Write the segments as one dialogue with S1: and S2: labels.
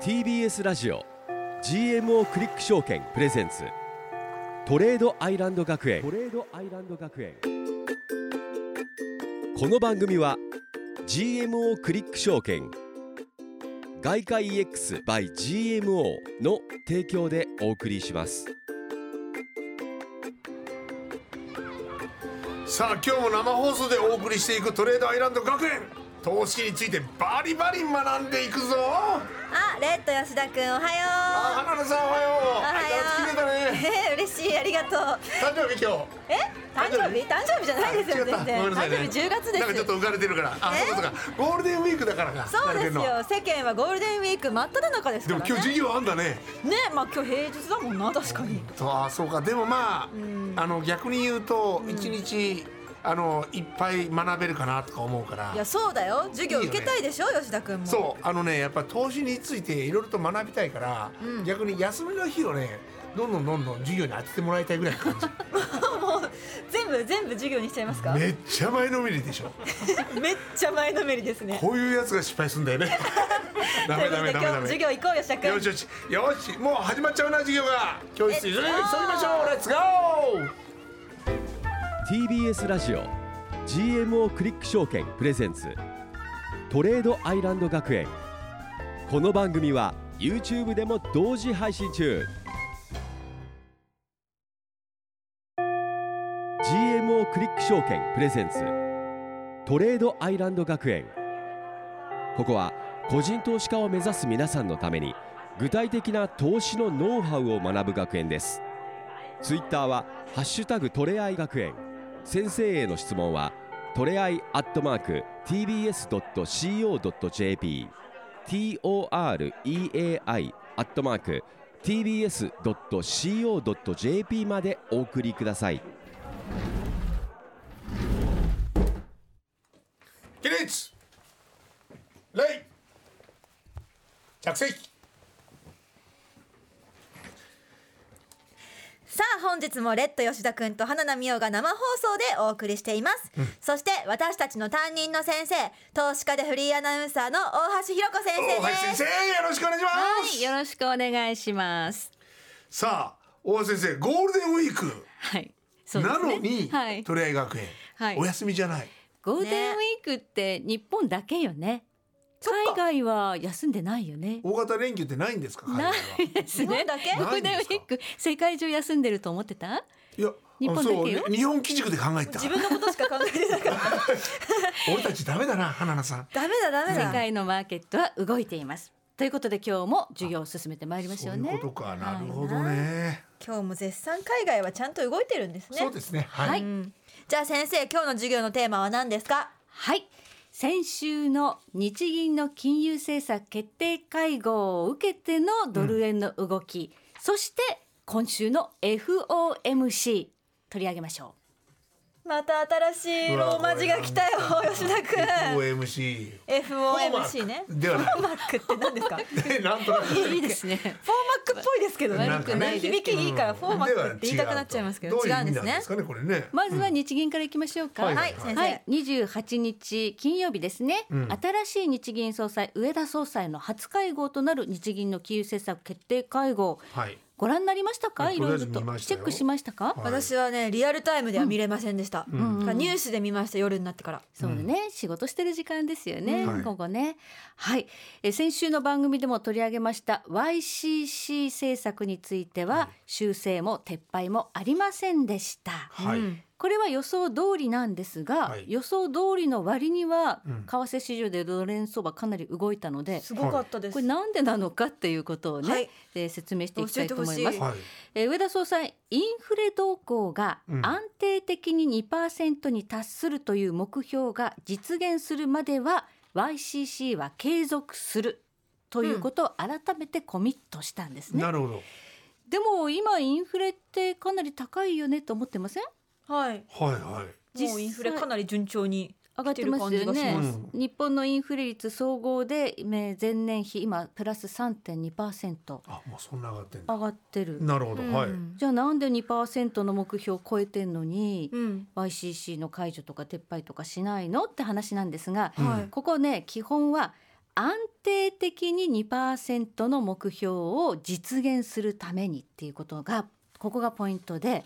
S1: TBS ラジオ GMO クリック証券プレゼンツトレードアイランド学園トレードアイランド学園この番組は GMO クリック証券外貨 EX by GMO の提供でお送りします
S2: さあ今日も生放送でお送りしていくトレードアイランド学園投資についてバリバリ学んでいくぞ
S3: あ、レッド吉田くんおはよ
S2: あ
S3: う。
S2: 花田さんおはよう
S3: おはよ
S2: 相変わらず綺麗だ
S3: う
S2: ね。
S3: えー、嬉しい、ありがとう。
S2: 誕生日今日
S3: え、誕生日、誕生日じゃないですよ、
S2: 違った
S3: 全然。
S2: ごめんなさ
S3: 誕
S2: いね
S3: 生日10月で
S2: なんかちょっと
S3: す。
S2: 浮かれてるからあ
S3: え
S2: そうかそうかゴールデンウィークだからか
S3: そうですよ
S2: 慣れ、
S3: 世間はゴールデンウィーク真っ只中です
S2: て
S3: か
S2: るのでも今
S3: らね。
S2: 日授業あんだね
S3: ね、まあ、今日平日だもんな、確かに。
S2: そうあそうかでもまあ、あの逆に言うと一日、あのいっぱい学べるかなとか思うから
S3: いや、そうだよ、授業受けたいでしょ、吉田くんも。
S2: そうあのねやっぱ投資についていろいろと学びたいから、逆に休みの日をねどんどんどんどん授業に当ててもらいたいぐらいの 感じ
S3: もう、全部、全部授業にしちゃいますか。
S2: めっちゃ前のめりでしょ
S3: めっちゃ前のめりですね。
S2: こういうやつが失敗するんだよね ダ
S3: とい
S2: メダメダメ
S3: うことで、今日
S2: ダ
S3: も
S2: メ
S3: 授業行こう、吉田くん。
S2: よしよしよしもう始まっちゃうな授業が教室急ぎ急ぎ
S3: レッツ
S2: ま
S3: ゴー
S2: しょうレッツゴー
S1: TBS ラジオ GMO クリック証券プレゼンツトレードアイランド学園この番組は YouTube でも同時配信中 GMO クリック証券プレゼンツトレードアイランド学園ここは個人投資家を目指す皆さんのために具体的な投資のノウハウを学ぶ学園ですツイッターはハッシュタグトレアイ学園先生への質問はトレアイアットマーク tbs.co.jp toreai アットマーク tbs.co.jp までお送りください
S2: 起立礼着席
S3: さあ本日もレッド吉田くんと花奈美桜が生放送でお送りしています、そして私たちの担任の先生投資家でフリーアナウンサーの大橋ひろ子先
S2: 大橋
S3: 生で
S2: 先
S3: す
S2: 生よろしくお願いしま
S4: はい、
S2: す、
S4: よろしくお願いします。
S2: さあ大橋先生ゴールデンウィーク
S4: はい。そうです
S2: な
S4: ね
S2: のに、
S4: はい。
S2: トレイ学園、
S4: はい
S2: お休みじゃない
S4: ゴールデンウィークって日本だけよね。
S3: そっか
S4: 海外は休んでないよね。
S2: 大型連休ってないんですか海外
S4: な
S2: はい
S4: です
S3: 日
S4: ね。
S3: 本だけ
S4: ゴールデンウィーク世界中休んでると思ってた？
S2: いや
S4: 日本だけ
S2: そう
S4: よ
S2: 日本基軸で考えてた
S3: 自分のことしか考えてなかった
S2: 俺たちダメだな花菜さん
S3: ダメだダメ
S4: 世
S3: だ
S4: 界のマーケットは動いています。ということで今日も授業を進めてまいりまし
S2: そ
S4: ょ
S2: う
S4: う
S2: いう
S4: ね。
S2: ことかなるほどね、
S3: 今日も絶賛海外はちゃんと動いてるんですね
S2: そうですねはい、
S4: は
S3: う
S4: い
S3: んじゃあ先生今日の授業のテーマは何ですか
S4: はい。先週の日銀の金融政策決定会合を受けてのドル円の動き、そして今週の FOMC 取り上げましょ
S3: また新しいローマ字が来たよ 吉田くん
S2: OMC
S3: FOMC ね
S2: フォーマックではない
S3: フォーマックっ
S2: え
S3: て何ですかフォー
S2: なんとな
S4: う。いいですね。
S3: マックっぽいですけどね
S2: なんかね
S3: ね響きいいからフォーマックって言いたくなっちゃいますけど
S2: で
S3: 違
S2: は
S3: うん
S2: 違
S3: で
S2: うと
S3: す
S2: どういう意味なんですかねこ
S3: ね
S2: れね
S4: まずは日銀からいきましょうか。
S2: は
S3: はい先生、
S4: はい、28日金曜日ですね、
S2: うん
S4: 新しい日銀総裁上田総裁の初会合となる日銀の金融政策決定会合
S2: はい
S4: ご覧になりましたか
S2: い
S4: い
S2: やとりあ
S4: ろ
S2: え
S4: い
S2: ず
S4: ろと
S2: 見ました
S4: チ
S2: よ
S4: ェックしましたか、
S2: はい
S3: 私はねリアルタイムでは見れませんでした、
S2: ん
S3: だからニュースで見ました夜になってから
S4: そうだね、仕事してる時間ですよね、
S2: はい
S4: 午後ねはいえー先週の番組でも取り上げました YCC 政策については修正も撤廃もありませんでした、
S2: はい、
S3: うん
S4: これは予想通りなんですが、
S2: はい
S4: 予想通りの割には、
S2: うん
S4: 為替市場でドル円相場かなり動いたのです
S3: ごかったです、
S4: これなんでなのかっていうことをね、
S3: はい
S4: えー説明していきたいと思いま
S3: 教えてほし
S4: す
S3: い。
S2: はい
S4: えー上田総裁インフレ動向が
S2: うん
S4: 安定的に2%に達するという目標が実現するまでは YCC は継続するということを改めてコミットしたんですね、
S2: なるほど
S4: でも今インフレってかなり高いよねと思ってません
S3: はい
S2: はいはい
S3: もうインフレかなり順調に
S4: 上がってますよ
S3: 来てる
S4: ね
S3: 感
S2: じがします
S4: 日本のインフレ率総合でめ前年比今プラス3.2%
S2: あもうそんな上がってんだ
S4: 上がってる
S2: なるほど、はい
S4: じゃあなんで2%の目標を超えてんのに
S3: うん、
S4: YCC の解除とか撤廃とかしないのって話なんですが、
S3: はい
S4: ここね基本は安定的に2%の目標を実現するためにっていうことがここがポイントで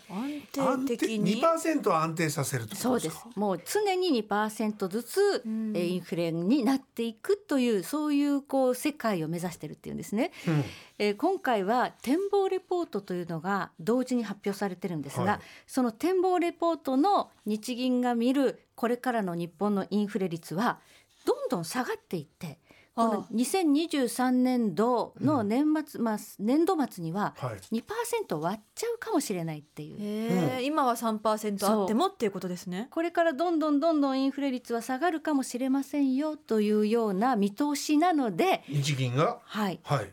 S3: 安
S2: 安定
S3: 定的に
S2: 2%安定させるってこと
S4: そう
S2: で
S4: です
S2: か
S4: すもう常に2%ずつ、
S3: うん
S4: えーインフレになっていくというそういうこう世界を目指してるっていうんですね、
S2: うん
S4: えー今回は展望レポートというのが同時に発表されてるんですが、
S2: はい
S4: その展望レポートの日銀が見るこれからの日本のインフレ率はどんどん下がっていってこの
S3: あ
S4: 2023年度の年末、まあ年度末には
S2: はい
S4: 2%割っちゃうかもしれないっていう
S3: へえ、今は3%あってもっていうことですね
S4: これからどんどんどんどんインフレ率は下がるかもしれませんよというような見通しなので、
S2: 日銀が
S4: はい、
S2: はい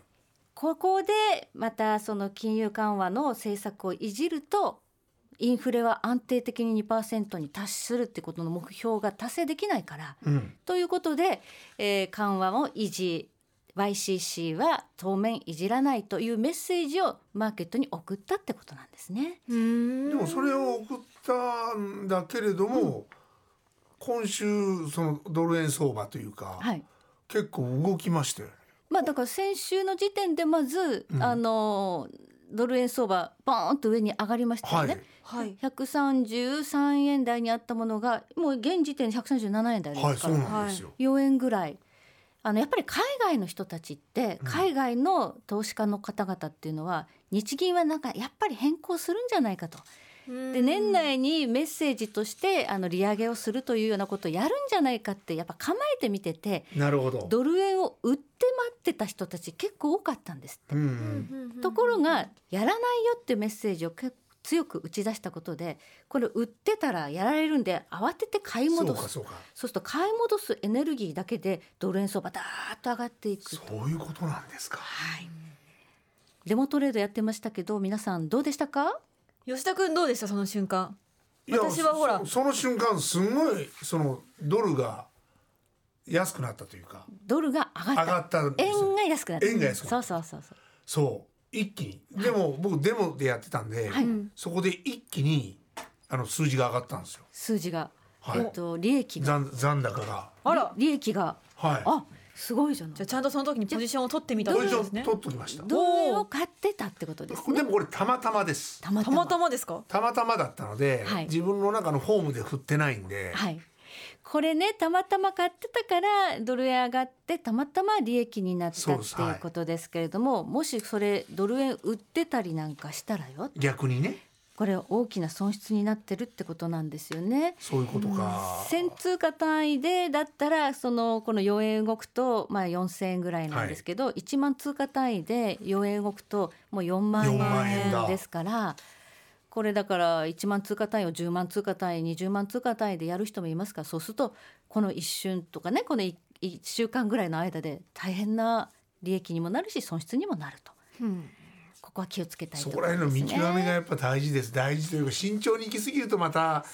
S4: ここでまたその金融緩和の政策をいじるとインフレは安定的に2%に達するってことの目標が達成できないから
S2: うん
S4: ということで、えー緩和を維持 YCC は当面いじらないというメッセージをマーケットに送ったってことなんですね。
S3: うーん
S2: でもそれを送ったんだけれども、今週そのドル円相場というか、
S4: はい
S2: 結構動きましたよね。
S4: まあだから先週の時点でまず、
S2: うん
S4: あのドル円相場バーンと上に上がりましたよ
S2: はい。
S4: ね。
S3: はい
S4: 133円台にあったものがもう現時点で137円台ですから、
S2: はい、そうなんですよ。
S4: 4円ぐらいあのやっぱり海外の人たちって
S2: うん
S4: 海外の投資家の方々っていうのは日銀はなんかやっぱり変更するんじゃないかとで年内にメッセージとしてあの利上げをするというようなことをやるんじゃないかってやっぱ構えてみてて
S2: なるほど。
S4: ドル円を売って待ってた人たち結構多かったんですって。
S2: うんう
S3: うん
S2: ん、
S3: うんうん
S4: ところがやらないよっていうメッセージを結構強く打ち出したことでこれ売ってたらやられるんで慌てて買い
S2: そう
S4: 戻
S2: か
S4: すそう
S2: そうか。
S4: すると買い戻すエネルギーだけでドル円相場だーっと上がっていくと
S2: そういうことなんですか。
S4: はいデモトレードやってましたけど皆さんどうでしたか
S3: 吉田君どうでしたその瞬間
S2: いや
S3: 私はほら
S2: そその瞬間すごいそのドルが安くなったというか
S4: ドルが上
S2: 上
S4: がった
S2: がったんです
S4: 円
S2: よ。
S4: が安くなった
S2: 円が安くなった
S4: そうそうそうそう
S2: そう一気に。でも僕デモでやってたんで、
S4: はい
S2: そこで一気にあの数字が上がったんですよ。
S4: 数字が、
S2: はい
S4: えっと利益が
S2: 残残高が。
S3: あら
S4: 利益が
S2: はい。
S4: あすごいじゃない
S3: じゃあちゃんとその時にポジションを取ってみたって
S2: これ
S3: こ
S2: ち
S3: と
S2: ょ
S3: で
S2: っ
S3: す
S2: と
S3: ね
S2: 取っときました。
S4: ドル円を買ってたってことですね
S2: でもこれたまたまです。
S4: たま
S3: たまたまですか
S2: たまたまだったので、
S4: はい
S2: 自分の中のフォームで振ってないんで、
S4: はい。これねたまたま買ってたからドル円上がってたまたま利益になった
S2: そう
S4: って
S2: です
S4: いうことですけれども、もしそれドル円売ってたりなんかしたらよ
S2: 逆にね、
S4: これ大きな損失になってるってことなんですよね。
S2: そういうことか。
S4: 1000通貨単位でだったらそのこの4円動くと、まあ、4,000円ぐらいなんですけど、1万通貨単位で4円動くともう4万
S2: 4万円
S4: 円
S2: だ
S4: ですからこれだから1万通貨単位を10万通貨単位20万通貨単位でやる人もいますからそうするとこの一瞬とかねこの1週間ぐらいの間で大変な利益にもなるし損失にもなるとここは気をつけたい
S2: そ
S4: と
S2: こ
S4: こ
S2: ら
S4: ろです
S2: 辺の見
S4: ね。
S2: 極めがやっぱ大事です。大事というか慎重に行き過ぎるとまた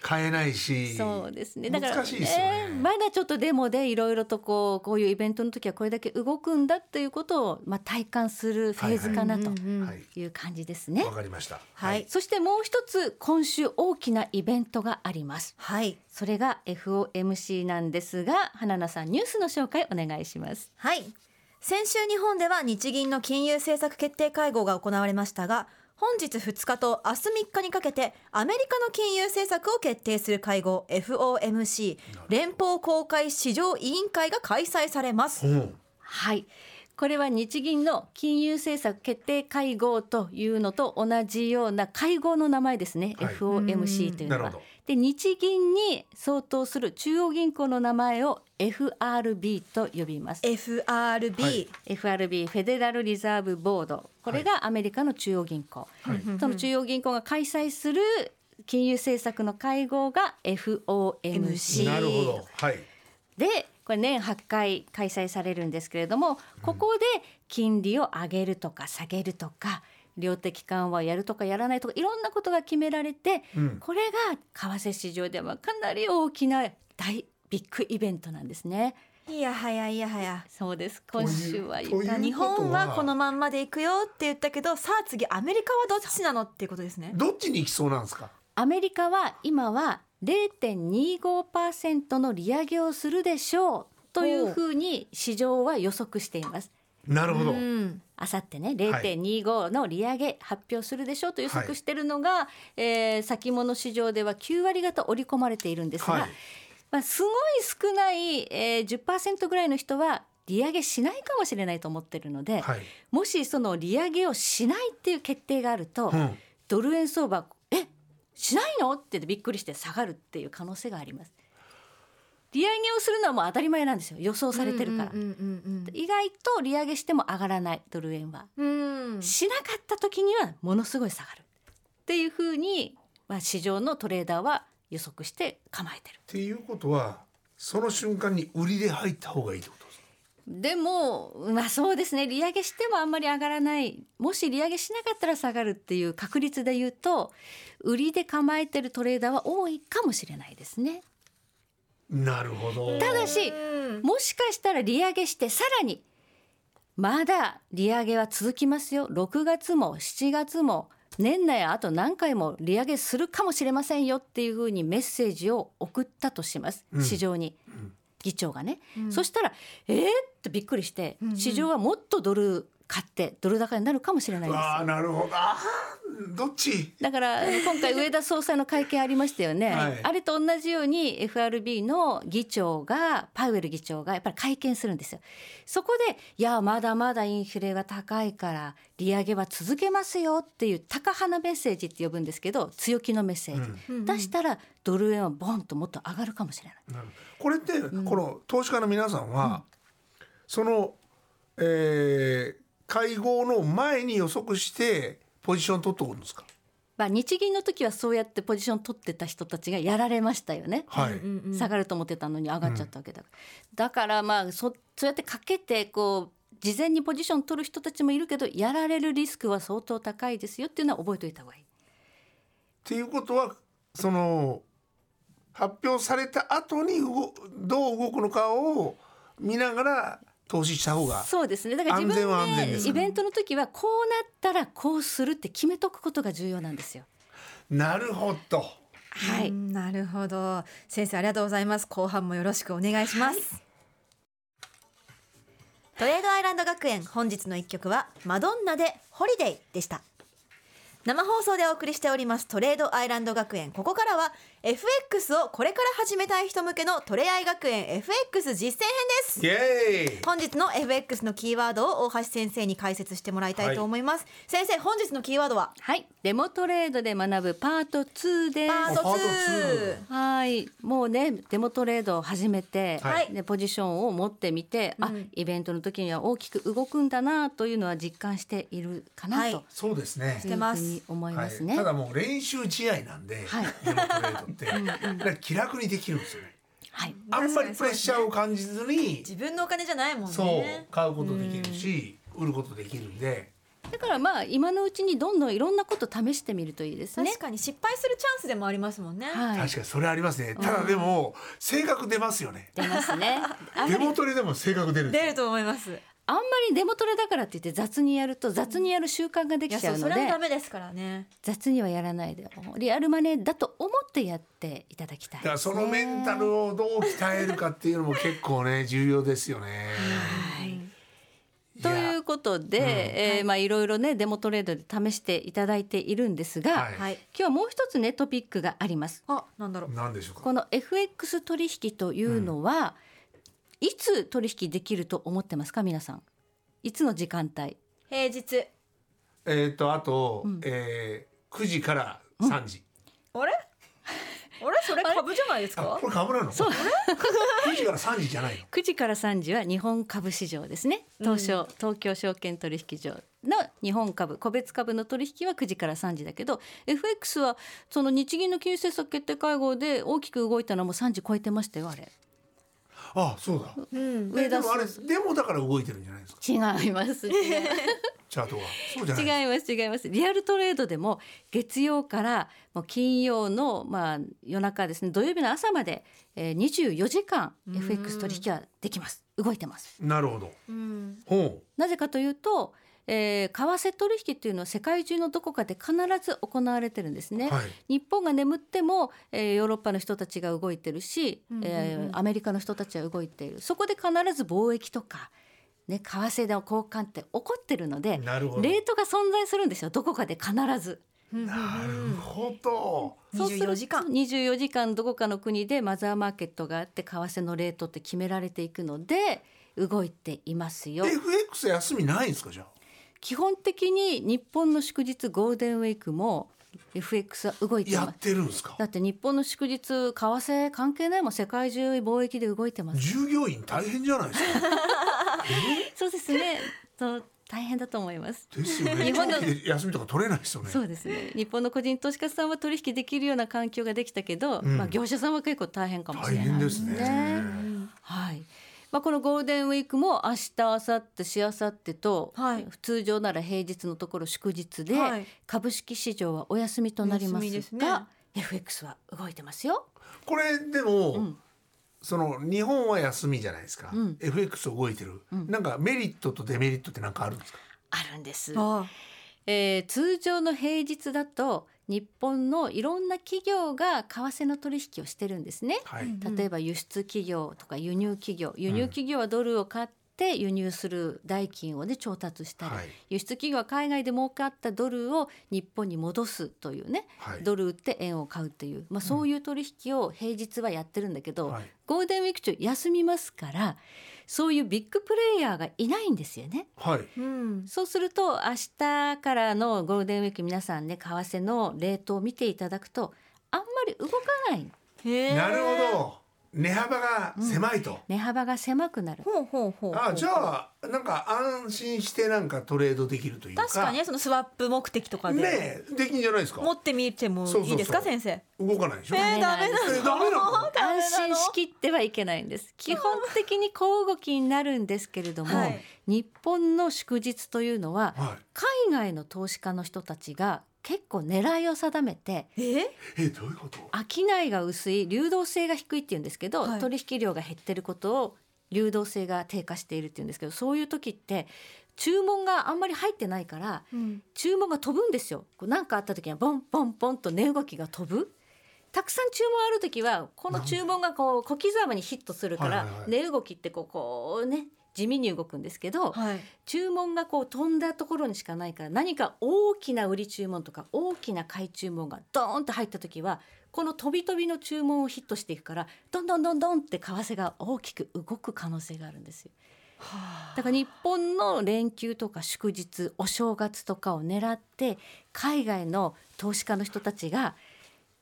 S2: 買えないし、
S4: そうですね。だから、
S2: 難しいですよね
S4: えーまだちょっとデモでいろいろとこうこういうイベントの時はこれだけ動くんだっていうことをまあ体感するフェーズかなと
S3: うんうん
S2: はい、
S4: いう感じですね。
S2: わかりました。
S4: はい。そしてもう一つ今週大きなイベントがあります。
S3: はい
S4: それが FOMC なんですが、花菜さんニュースの紹介お願いします。
S3: はい先週日本では日銀の金融政策決定会合が行われましたが本日2日と明日3日にかけてアメリカの金融政策を決定する会合 FOMC 連邦公開市場委員会が開催されます
S2: うん、
S4: はい。これは日銀の金融政策決定会合というのと同じような会合の名前ですね。
S2: はい
S4: FOMC という
S2: な
S4: の
S2: る
S4: は
S2: ほ。ど。
S4: で日銀に相当する中央銀行の名前を FRB と呼びます。
S3: FRB、
S2: はい
S4: FRB フェデラルリザーブボードこれがアメリカの中央銀行、
S2: はい、
S4: その中央銀行が開催する金融政策の会合が FOMC
S2: なるほど。はい。
S4: でこれ年8回開催されるんですけれどもここで金利を上げるとか下げるとか量的緩和をやるとかやらないとかいろんなことが決められて、
S2: うん
S4: これが為替市場ではかなり大きな大ビッグイベントなんですね。
S3: いやはやいやはや
S4: そうです今週は
S2: というという
S4: か
S3: 日
S4: に
S3: 本はこのまんまでいくよって言ったけどさあ次アメリカはどっちなのっていうことですね
S2: どっちに行きそうなんですか。
S4: アメリカは今は0.25%の利上げをするでしょうというふうに市場は予測しています。
S2: なるほど、
S3: うん
S4: あさってね0.25の利上げ発表するでしょうと予測しているのが、えー先物市場では9割方織り込まれているんですが、
S2: はい
S4: まあ、すごい少ない、えー、10%ぐらいの人は利上げしないかもしれないと思ってるので、
S2: はい、
S4: もしその利上げをしないっていう決定があると、
S2: うん、
S4: ドル円相場えしないのってびっくりして下がるっていう可能性があります。利上げをするのはもう当たり前なんですよ予想されてるから、
S3: うんうん
S4: 意外と利上げしても上がらないドル円は
S3: うんうんうん
S4: しなかった時にはものすごい下がるっていうふうに、まあ、市場のトレーダーは予測して構えてる。
S2: っていうことはその瞬間に売りで入った方がいいってことです
S4: でもまあそうですね利上げしてもあんまり上がらないもし利上げしなかったら下がるっていう確率で言うと売りで構えてるトレーダーは多いかもしれないですね。
S2: なるほど
S4: ただし
S3: うん
S4: もしかしたら利上げしてさらにまだ利上げは続きますよ6月も7月も年内あと何回も利上げするかもしれませんよっていうふうにメッセージを送ったとします、
S2: うん
S4: 市場に、議長がね、
S3: うん
S4: そしたらえー、ってびっくりして、
S3: うんうん
S4: 市場はもっとドル買ってドル高になるかもしれないですよ
S2: ああなるほどあーどっち
S4: だからあ の今回上田総裁の会見ありましたよね、
S2: はい
S4: あれと同じように FRB の議長がパウエル議長がやっぱり会見するんですよそこでいやまだまだインフレが高いから利上げは続けますよっていう高花メッセージって呼ぶんですけど強気のメッセージ、
S3: うんうん
S4: 出したらドル円はボンともっと上がるかもしれな
S2: な
S4: い
S2: るこれって、この投資家の皆さんは、その、えー会合の前に予測してポジション取っておくんですか、
S4: まあ日銀の時はそうやってポジション取ってた人たちがやられましたよね、
S2: はい、
S3: うんうん
S4: 下がると思ってたのに上がっちゃったわけだから、だからまあそそうやってかけてこう事前にポジション取る人たちもいるけどやられるリスクは相当高いですよっていうのは覚えておいた方がいい。
S2: っていうことはその発表された後に動どう動くのかを見ながら投資した方が
S4: そうですねだから自
S2: 安全は安全
S4: 分
S2: です
S4: で
S2: か
S4: イベントの時はこうなったらこうするって決めとくことが重要なんですよ。
S2: なるほど
S4: は
S3: う
S4: い、
S3: んなるほど先生ありがとうございます後半もよろしくお願いします、トレードアイランド学園本日の一曲はマドンナでホリデイでした生放送でお送りしておりますトレードアイランド学園ここからは FX をこれから始めたい人向けのトレアイ学園 FX 実践編です
S2: イエーイ
S3: 本日の FX のキーワードを大橋先生に解説してもらいたいと思います、先生本日のキーワードは
S4: はい、デモトレードで学ぶパート2です。
S3: パート
S2: パート2
S3: 2
S4: はいもうねデモトレードを始めて、
S3: はい
S4: でポジションを持ってみて、
S3: う
S4: あ
S3: ん
S4: イベントの時には大きく動くんだなというのは実感しているか
S3: は
S4: ないと
S2: そうですね
S4: いうふうに思いますね。
S2: ただもう練習試合なんで、
S4: はい
S2: デモトレードってだから気楽にできるんですよね
S4: はい
S2: あんまりプレッシャーを感じずに
S3: 自分のお金じゃないもんね
S2: そう買うことできるし売ることできるんで
S4: だからまあ今のうちにどんどんいろんなこと試してみるといいですね
S3: 確。かに失敗するチャンスでもありますもんね、
S4: はい、
S2: 確かにそれありますねただでも性格出ますよね
S4: 出ま すね。あん
S2: デ
S4: まり
S2: モトレでも性格出るんです
S3: 出
S2: よ
S3: ると思います
S4: あんまりデモトレだからって言って雑にやると雑にやる習慣がで
S3: い
S4: き
S3: や
S4: ちゃ
S3: そうう
S4: の
S3: そ
S4: で
S3: れはダメですからね
S4: 雑にはやらないでリアルマネーだと思ってやっていただきたい
S2: だ
S4: です、ね。
S2: からそのメンタルをどう鍛えるかっていうのも結構ね重要ですよね
S4: はいと
S2: や
S4: いうことで、えーまあいろいろねデモトレードで試していただいているんですが、
S2: は
S4: 今
S3: はい
S4: 日はもう一つねトピックがあります。
S3: あなんだろう
S2: 何でしょうか
S4: この FX 取引というのは、いつ取引できると思ってますか皆さん。いつの時間帯？
S3: 平日
S2: えっとあと
S4: うん
S2: えー9時から3時
S3: あれあれそれ株じゃないです
S2: あ
S3: か
S2: これ株なの
S4: そう
S2: 9時から3時じゃないの
S4: 9時から3時は日本株市場ですね。東証、東京証券取引所の日本株個別株の取引は9時から3時だけど FX はその日銀の金融政策決定会合で大きく動いたのはもう3時超えてましたよあれ。
S2: あそうだ
S3: うん
S2: え
S4: 上
S2: で
S4: 田
S2: もあ
S4: 総
S2: れでもだから動いてるんじゃないですか
S4: 違います。 違い
S2: チャートはそうじゃ
S4: ます
S2: ない
S4: 違います違います。リアルトレードでも月曜からもう金曜のまあ夜中ですね土曜日の朝までえー24時間 FX 取引はできます。動いてます。
S2: なるほど。
S3: うん
S2: ほ
S4: なぜかというと、えー為替取引というのは世界中のどこかで必ず行われてるんですね。
S2: はい
S4: 日本が眠っても、えーヨーロッパの人たちが動いてるし、
S3: うんうんうん
S4: えーアメリカの人たちは動いているそこで必ず貿易とか、ね、為替の交換って起こってるので
S2: なるほど
S4: レートが存在するんですよどこかで必ず。
S2: なるほど。
S4: そうすると
S3: 24時間
S4: 24時間どこかの国でマザーマーケットがあって為替のレートって決められていくので動いていますよ。
S2: FX 休みないんですかじゃあ。
S4: 基本的に日本の祝日ゴールデンウィークも FX は動いてい
S2: や
S4: ま
S2: っ
S4: す。
S2: てるんですか
S4: だ。って日本の祝日為替関係ないもん世界中貿易で動いてます。
S2: 従業員大変じゃないですか。
S4: そうですね。そう大変だと思います。
S2: ですよね。
S4: 日本の
S2: 長期で休みとか取れないですよね。
S4: そうですね。日本の個人投資家さんは取引できるような環境ができたけど、
S2: うん
S4: まあ業者さんは結構大変かもし
S2: 大
S4: れない
S2: 変ですね。
S4: はい。まあ、このゴールデンウィークも明日明後日しあさってと、
S3: はい
S4: 通常なら平日のところ祝日で、
S3: はい
S4: 株式市場はお休みとなりま
S3: お休み
S4: す
S3: ですね
S4: が FX は動いてますよ。
S2: これでも、
S4: ん
S2: その日本は休みじゃないですか。
S4: うん
S2: FX 動いてる、なんかメリットとデメリットってなんかあるんですか。
S4: あるんです、
S3: あ
S4: えー通常の平日だと日本のいろんな企業が為替の取引をしてるんですね。
S2: はい。
S3: うん
S4: 例えば輸出企業とか輸入企業輸入企業はドルを買って輸入する代金をね調達したり、
S2: はい
S4: 輸出企業は海外で儲かったドルを日本に戻すというね、
S2: はい
S4: ドル売って円を買うという、まあ、そういう取引を平日はやってるんだけど、
S2: はい
S4: ゴールデンウィーク中休みますからそういうビッグプレイヤーがいないんですよね。
S2: はい。
S3: あうん
S4: そうすると明日からのゴールデンウィーク皆さんね為替のレートを見ていただくとあんまり動かない
S3: へー
S2: なるほど。値幅が狭いと。
S4: 値幅が狭くなる。
S3: ほうほうほう
S2: あじゃあなんか安心してなんかトレードできるというか。
S3: 確かにねそのスワップ目的とかで、
S2: ねえできんじゃないですか。
S3: 持ってみてもいいですか
S2: そうそう
S3: 先生
S2: 動かないでしょ。
S3: えー、ダメな
S2: えダメなの。
S4: 安 心しきってはいけないんです基本的に小動きになるんですけれども、
S3: はい
S4: 日本の祝日というのは
S2: は
S4: 海外の投資家の人たちが結構狙いを定めて
S3: え
S2: い。えどういうこと。
S4: 商いが薄い流動性が低いっていうんですけど、
S3: はい
S4: 取引量が減ってることを流動性が低下しているっていうんですけどそういう時って注文があんまり入ってないから
S3: うん
S4: 注文が飛ぶんですよこう何かあった時にはボンボンボンと値動きが飛ぶたくさん注文ある時はこの注文がこう小刻みにヒットするか
S2: は
S4: ら
S2: いはいはい
S4: 値動きってこうこうね地味に動くんですけど
S3: はい
S4: 注文がこう飛んだところにしかないから何か大きな売り注文とか大きな買い注文がドーンと入った時はこの飛び飛びの注文をヒットしていくからどんどんどんどんって為替が大きく動く可能性があるんですよ。だから日本の連休とか祝日お正月とかを狙って海外の投資家の人たちが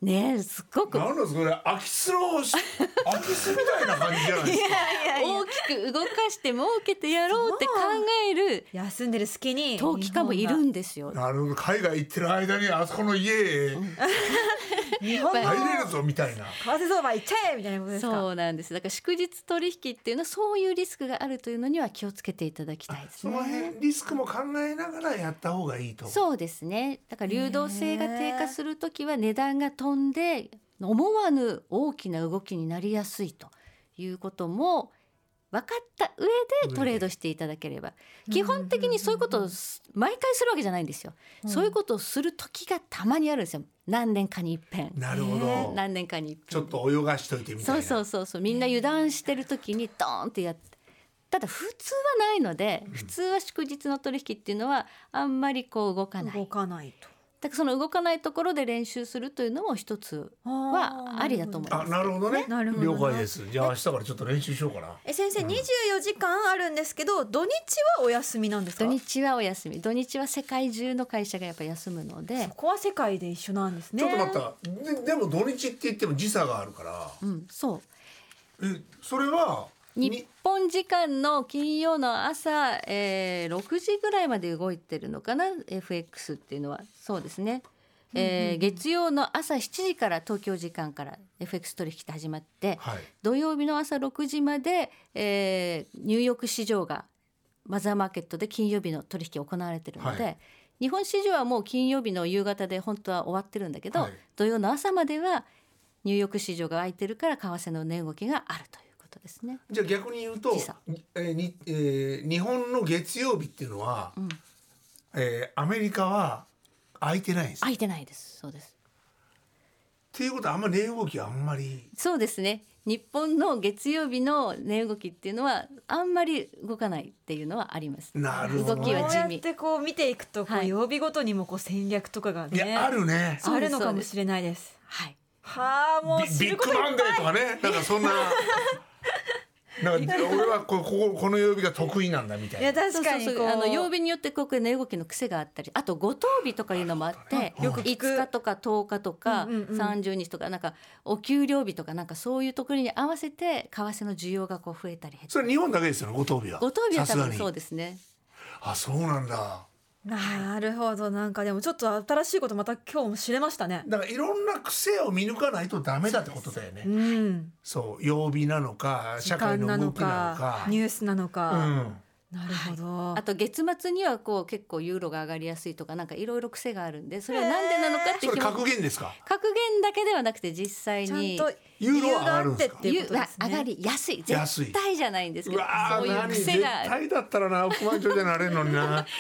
S4: ねえすっごく
S2: なんなんですかこれ空き巣のし空き巣みたいな感じじゃないですか。
S4: 大きく動かして儲けてやろうって考える
S3: 休んでる隙に
S4: 投機家もいるんですよ。
S2: なるほど海外行ってる間にあそこの家へ
S3: 日本の
S2: 入
S3: 為
S2: れるぞみたいな。
S3: 替相場行っちゃえみたいなことですか
S4: そうなんですだから祝日取引っていうのはそういうリスクがあるというのには気をつけていただきたいです
S2: その
S4: ね。
S2: 辺リスクも考えながらやった方がいいと。
S4: そうですねだから流動性が低下するときは値段が飛んで思わぬ大きな動きになりやすいということも分かった上でトレードしていただければ基本的にそういうことをす毎回するわけじゃないんですよ、そういうことをする時がたまにあるんですよ何年かに一遍
S2: なるほど。
S4: 何年かに一遍
S2: ちょっと泳がしといてみたい
S4: そ
S2: な。
S4: うそうそうそうみんな油断してる時にドーンってやってただ普通はないので普通は祝日の取引っていうのはあんまりこう動かない
S3: 動かないと
S4: だからその動かないところで練習するというのも一つはありだと思い
S2: あ
S4: ます
S2: なるほどね
S3: なるほど
S2: 了
S3: な
S2: 解です。じゃあ明日からちょっと練習しようかな。
S3: え先生24時間あるんですけど土日はお休みなんですか
S4: 土日はお休み土日は世界中の会社がやっぱ休むので
S3: そこは世界で一緒なんですね
S2: ちょっと待った。ででも土日って言っても時差があるから。
S4: うんそう
S2: えそれは
S4: 日本時間の金曜の朝、えー6時ぐらいまで動いてるのかな FX っていうのはそうですね、えー月曜の朝7時から東京時間から FX 取引って始まって
S2: はい。
S4: 土曜日の朝6時まで、えーニューヨーク市場がマザーマーケットで金曜日の取引行われてるので、
S2: は
S4: 日本市場はもう金曜日の夕方で本当は終わってるんだけど、
S2: はい
S4: 土曜の朝まではニューヨーク市場が空いてるから為替の値動きがあるということですね。
S2: じゃあ逆に言うと
S4: 時差、
S2: にえーにえー日本の月曜日っていうのは、えーアメリカは空いてないんですっ
S4: 空いてないです。そうです。
S2: ていうことはあんまり値動きはあんまり
S4: そうですね。日本の月曜日の値動きっていうのはあんまり動かないっていうのはあります。
S2: なるほど
S4: 動きは
S3: こう
S4: 地
S3: やっ
S4: 味。
S3: てこう見ていくと、こ
S4: は
S3: う
S4: い
S3: 曜日ごとにもこう戦略とかが
S2: い
S3: ね、
S2: やあるね
S3: あるのかもしれないです。
S4: はい。
S3: はあ、もう
S2: ビ
S3: 知
S2: ビッ
S3: るこ
S2: グ
S3: と
S2: マ
S3: い
S2: ン
S3: っ
S2: デ
S3: ぱ
S2: ーとかねなんかそんななんか俺はここここの曜日が得意なんだみた
S3: い。い
S2: い
S3: や
S2: な
S3: 確かにこ
S4: そううそうそうあの曜日によってこう値動きの癖があったりあと五等日とかいうのもあって
S3: よく聞く
S4: 5日とか10日とか
S3: うんうんうん
S4: 30日とかなんかお給料日とかなんかそういうところに合わせて為替の需要がこう増えたり減った
S2: そ
S4: り
S2: れ日本だけですよねご当日は
S4: 五等日は
S2: さ
S4: 多
S2: すが
S4: 分
S2: に
S4: そうですね
S2: あそうなんだ
S3: なるほどなんかでもちょっと新しいことまた今日も知れましたね。
S2: だからいろんな癖を見抜かないとダメだってことだよ
S3: う
S2: ね
S3: ん。
S2: そう曜日なのか
S3: 時
S2: 社会の
S3: 間な
S2: 動
S3: の
S2: きなの
S3: か
S2: か
S3: ニュースなの
S2: う
S3: か。
S2: ん
S3: なるほど。
S4: あと月末にはこう結構ユーロが上がりやすいとかなんかいろいろ癖があるんでそれはなんでなのかっ
S2: そ
S4: て
S2: れ
S4: 決ま
S2: 格言ですか
S4: 格言だけではなくて実際
S3: ちゃん
S4: に
S3: と
S2: ユーロは上がるん
S3: 理
S2: で
S3: 由
S2: すか
S3: があってっていうこと
S4: ゆ
S3: ですね。
S4: 上がりやすい
S2: 安い
S4: 絶対じゃないんですけ
S2: う
S4: ど
S2: わ
S4: そう
S2: ー
S4: いう
S2: 何
S4: 癖
S2: 絶
S4: がある
S2: 対だったらな億万長者になれるのにな
S4: そんなこと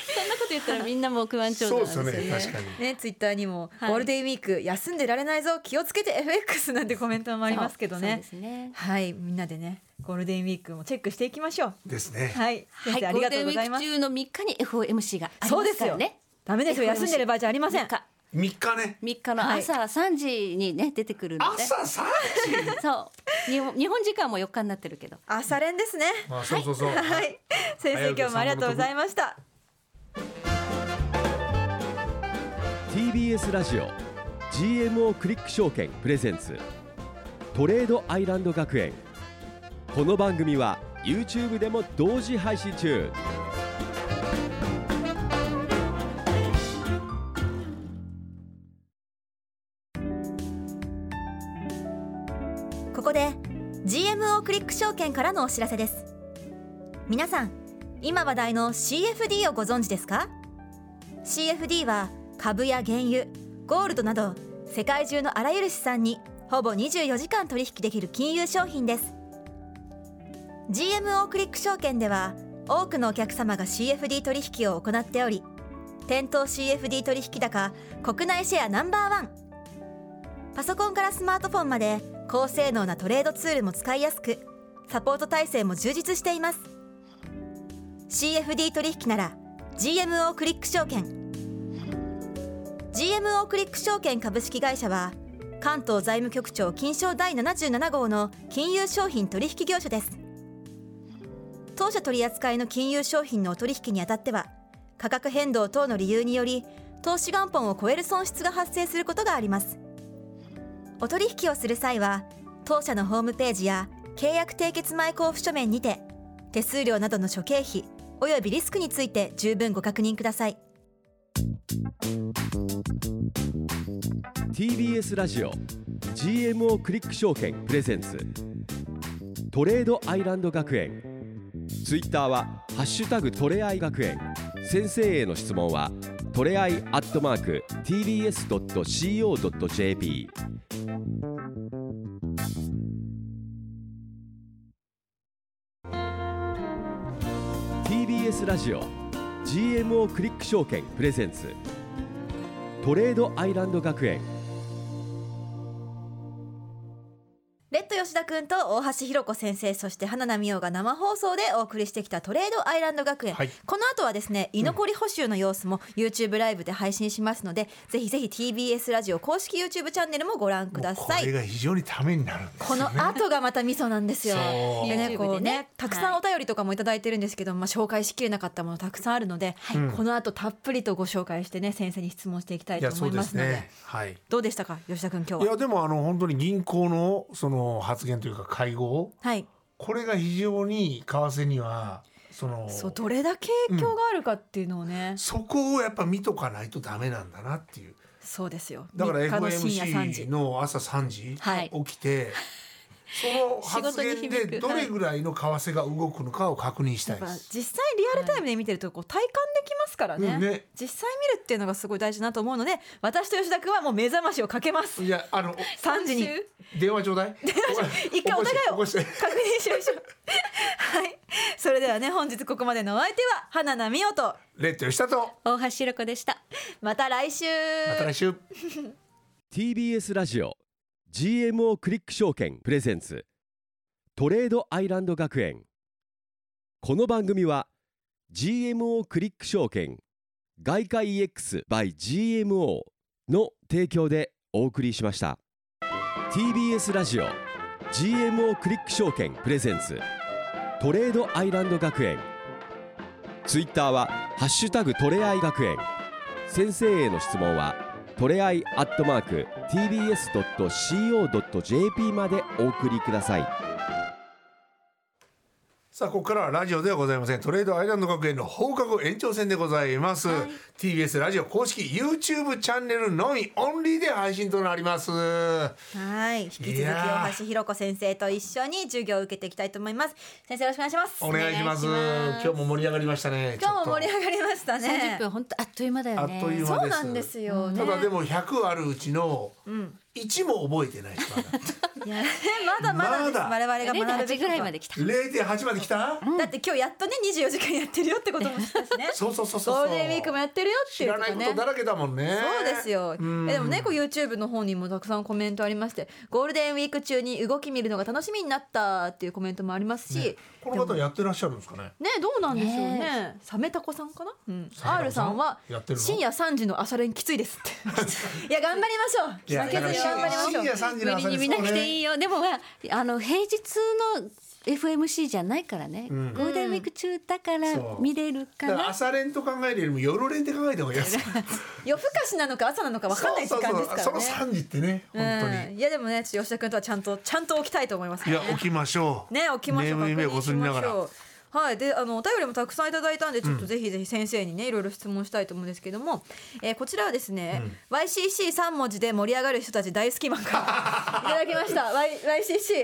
S4: 言ったらみんなもう不安長
S2: そう
S4: 者
S2: で
S4: なんですすよ
S2: よね
S4: ね
S2: 確かに
S3: ね、ツイッターにも、
S4: はい
S3: ゴールデンウィーク休んでられないぞ気をつけて FX なんてコメントもありますけど
S4: そう
S3: ね
S4: ですね。
S3: はいみんなでねゴールデンウィークもチェックしていきましょう
S2: ですね
S3: はい先生、あ
S4: はい、ゴ
S3: り
S4: ール
S3: が
S4: デ
S3: とう
S4: ンウ
S3: ござい
S4: ィー
S3: ま
S4: ク
S3: す
S4: 中の3日に FOMC があり
S3: そう
S4: ま
S3: ですす
S4: から
S3: よ
S4: ね。
S3: ダメですよ
S4: FOMC
S3: 休んでる場合じゃありません
S4: 3日
S2: 三日ね
S4: 3日の朝3時にね出てくるので、
S2: 朝3時
S4: そう日本日本時間も4日になってるけど。
S3: 朝練ですね
S2: まあそうそうそう
S3: はい先生今日もありがとうございました
S1: TBS ラジオ GMO クリック証券プレゼンツトレードアイランド学園この番組は YouTube でも同時配信中
S3: ここで GMO クリック証券からのお知らせです皆さん今話題の CFD をご存知ですか CFD は株や原油ゴールドなど世界中のあらゆる資産にほぼ24時間取引できる金融商品です GMO クリック証券では多くのお客様が CFD 取引を行っており店頭 CFD 取引高国内シェアナンバーワンパソコンからスマートフォンまで高性能なトレードツールも使いやすくサポート体制も充実しています CFD 取引なら GMO クリック証券 GMO クリック証券株式会社は関東財務局長金賞第77号の金融商品取引業者です当社取扱いの金融商品のお取引にあたっては価格変動等の理由により投資元本を超える損失が発生することがありますお取引をする際は当社のホームページや契約締結前交付書面にて手数料などの諸経費およびリスクについて十分ご確認ください
S1: TBS ラジオ GMO クリック証券プレゼンツトレードアイランド学園ツイッターは「ハッシュタグトレアイ学園」先生への質問はトレアイアットマーク TBS.CO.JP TBS ラジオ GMO クリック証券プレゼンツトレードアイランド学園
S3: レッド吉田くんと大橋ひろ子先生そして花奈美桜が生放送でお送りしてきたトレードアイランド学園、
S2: はい
S3: この後はですね居残り補修の様子も YouTube ライブで配信しますので、ぜひぜひ TBS ラジオ公式 YouTube チャンネルもご覧くだ
S2: もう
S3: さ
S2: これ
S3: い
S2: が非常にためになるんです
S3: こ
S2: よね
S3: の後がまたミソなんですよ。
S2: そう
S3: でね、
S4: YouTube
S3: こう
S4: でね
S3: ね、たくさんお便りとかもいただいてるんですけど、まあ紹介しきれなかったものたくさんあるので、この後たっぷりとご紹介してね、先生に質問していきたい
S2: い
S3: と
S2: や
S3: 思
S2: そ
S3: いう
S2: で
S3: ます
S2: す
S3: ので、
S2: ねはい
S3: どうでしたか、吉田君今
S2: い
S3: 日は。
S2: やでもあの本当に銀行のその発言というか会合
S3: はい。
S2: これが非常に為替にはその
S3: そうどれだけ影響があるかっていうのをね、
S2: そこをやっぱ見とかないとダメなんだなっていう
S3: そうですよ。
S2: だから
S3: 3日の深夜3
S2: FOMC
S3: 時。
S2: の朝3時
S3: はい
S2: 起きて、その発
S4: 仕
S2: 言
S4: 事に響
S2: で
S4: く
S2: どれぐらいの為替が動くのかを確認した
S3: だ
S2: い
S3: か
S2: で
S3: ら
S2: す。
S3: 実際リアルタイムで見てるとこう体感できますからね,、
S2: うんね
S3: 実際見るっていうのがすごい大事だなと思うので私と吉田君はもう目覚ましをかけます
S2: いやあの
S3: 3時に
S2: 電話ちょうだい。
S3: 一回お互いを
S2: 起こして起こして
S3: 確認しましょう。はい、それではね本日ここまでのお相手は花奈美音と
S2: レッド吉田と
S4: 大橋ろ子でした
S3: また来週
S2: また来週
S1: TBS ラジオ GMO クリック証券プレゼンツトレードアイランド学園この番組は GMO クリック証券外貨 EX by GMO の提供でお送りしました TBS ラジオ GMO クリック証券プレゼンツトレードアイランド学園ツイッターは「ハッシュタグトレアイ学園」先生への質問はトレアイアットマーク TBS.CO.JP までお送りください
S2: さあここからはラジオではございませんトレードアイランド学園の放課後延長戦でございます、TBS ラジオ公式 YouTube チャンネルのみオンリーで配信となります
S3: はい引き続き
S2: いやー
S3: 大橋ひろ子先生と一緒に授業を受けていきたいと思います先生よろしくお願いします
S2: お願いします
S4: お願いします
S2: 今日も盛り上がりましたね
S3: 今日も盛り
S2: ちょっ
S3: 上がりました
S4: 三十
S3: ね
S4: 分本当あっという間だよね
S2: あっという間
S3: そうなんですよ、ね、
S2: とただでも100あるうちの
S3: うん
S2: 1も覚えてないですま だ
S3: いやまだまだで
S2: ま
S3: す
S2: だ
S3: 我々が学ぶべき
S4: 0.8
S3: こ
S4: ぐ
S3: と
S4: ら
S3: はい
S4: まで来た
S2: 0.8まで来た
S3: だって今日やっとね24時間やってるよってことも知ったし ね
S2: そうそうそうそう
S3: ゴールデンウィークもやってるよって
S2: 知
S3: いう
S2: ら
S3: こ
S2: ない
S3: と
S2: こ
S3: ね
S2: とだらけだもんね
S3: そうですよ。
S2: ん
S3: えでもね、こう YouTube の方にもたくさんコメントありまして、ゴールデンウィーク中に動き見るのが楽しみになったっていうコメントもありますし、
S2: この方やってらっしゃるんですかね
S3: ねどうなんでしょうね。
S4: ね
S3: サメタコさんかな？うん。
S2: サメタコさん
S3: R さんは
S2: やってるの
S3: 深夜3時の朝練きついです って。いや頑張
S2: い
S3: り
S2: や
S3: ましょう。負けずに頑張りましょ
S2: だから深
S3: う。
S2: 夜3時の
S4: 無
S2: 朝
S4: 理に
S2: です
S4: 見なくていいよ、でもまああの平日の FMC じゃないからね、
S2: ん
S4: ゴールデンウィーク中だから
S2: そう
S4: 見れる
S2: だ
S4: か
S2: から
S4: ら
S2: 朝練と考えるよりも夜練って考えた方がいい です
S3: 夜更かしなのか朝なのか分かんない時間ですからね。
S2: そうそうそうその3時ってね本当
S3: う
S2: に
S3: ん。いやでもね、ちょっと吉田君とはちゃんとちゃんと起きたいと思いますか
S2: い
S3: ら
S2: や
S3: ね。
S2: 起きましょう
S3: ね、起きましょう。
S2: 眠い目を
S3: 確認
S2: こ
S3: し
S2: すり
S3: ま
S2: な
S3: し
S2: が
S3: ょ
S2: ら
S3: うはい、で、あの、お便りもたくさんいただいたんで、ちょっとぜひぜひ先生にね、いろいろ質問したいと思うんですけども。えーこちらはですね、Y. C. C. 三文字で盛り上がる人たち大 好きマンから。いただきました。Y. Y. C. C.。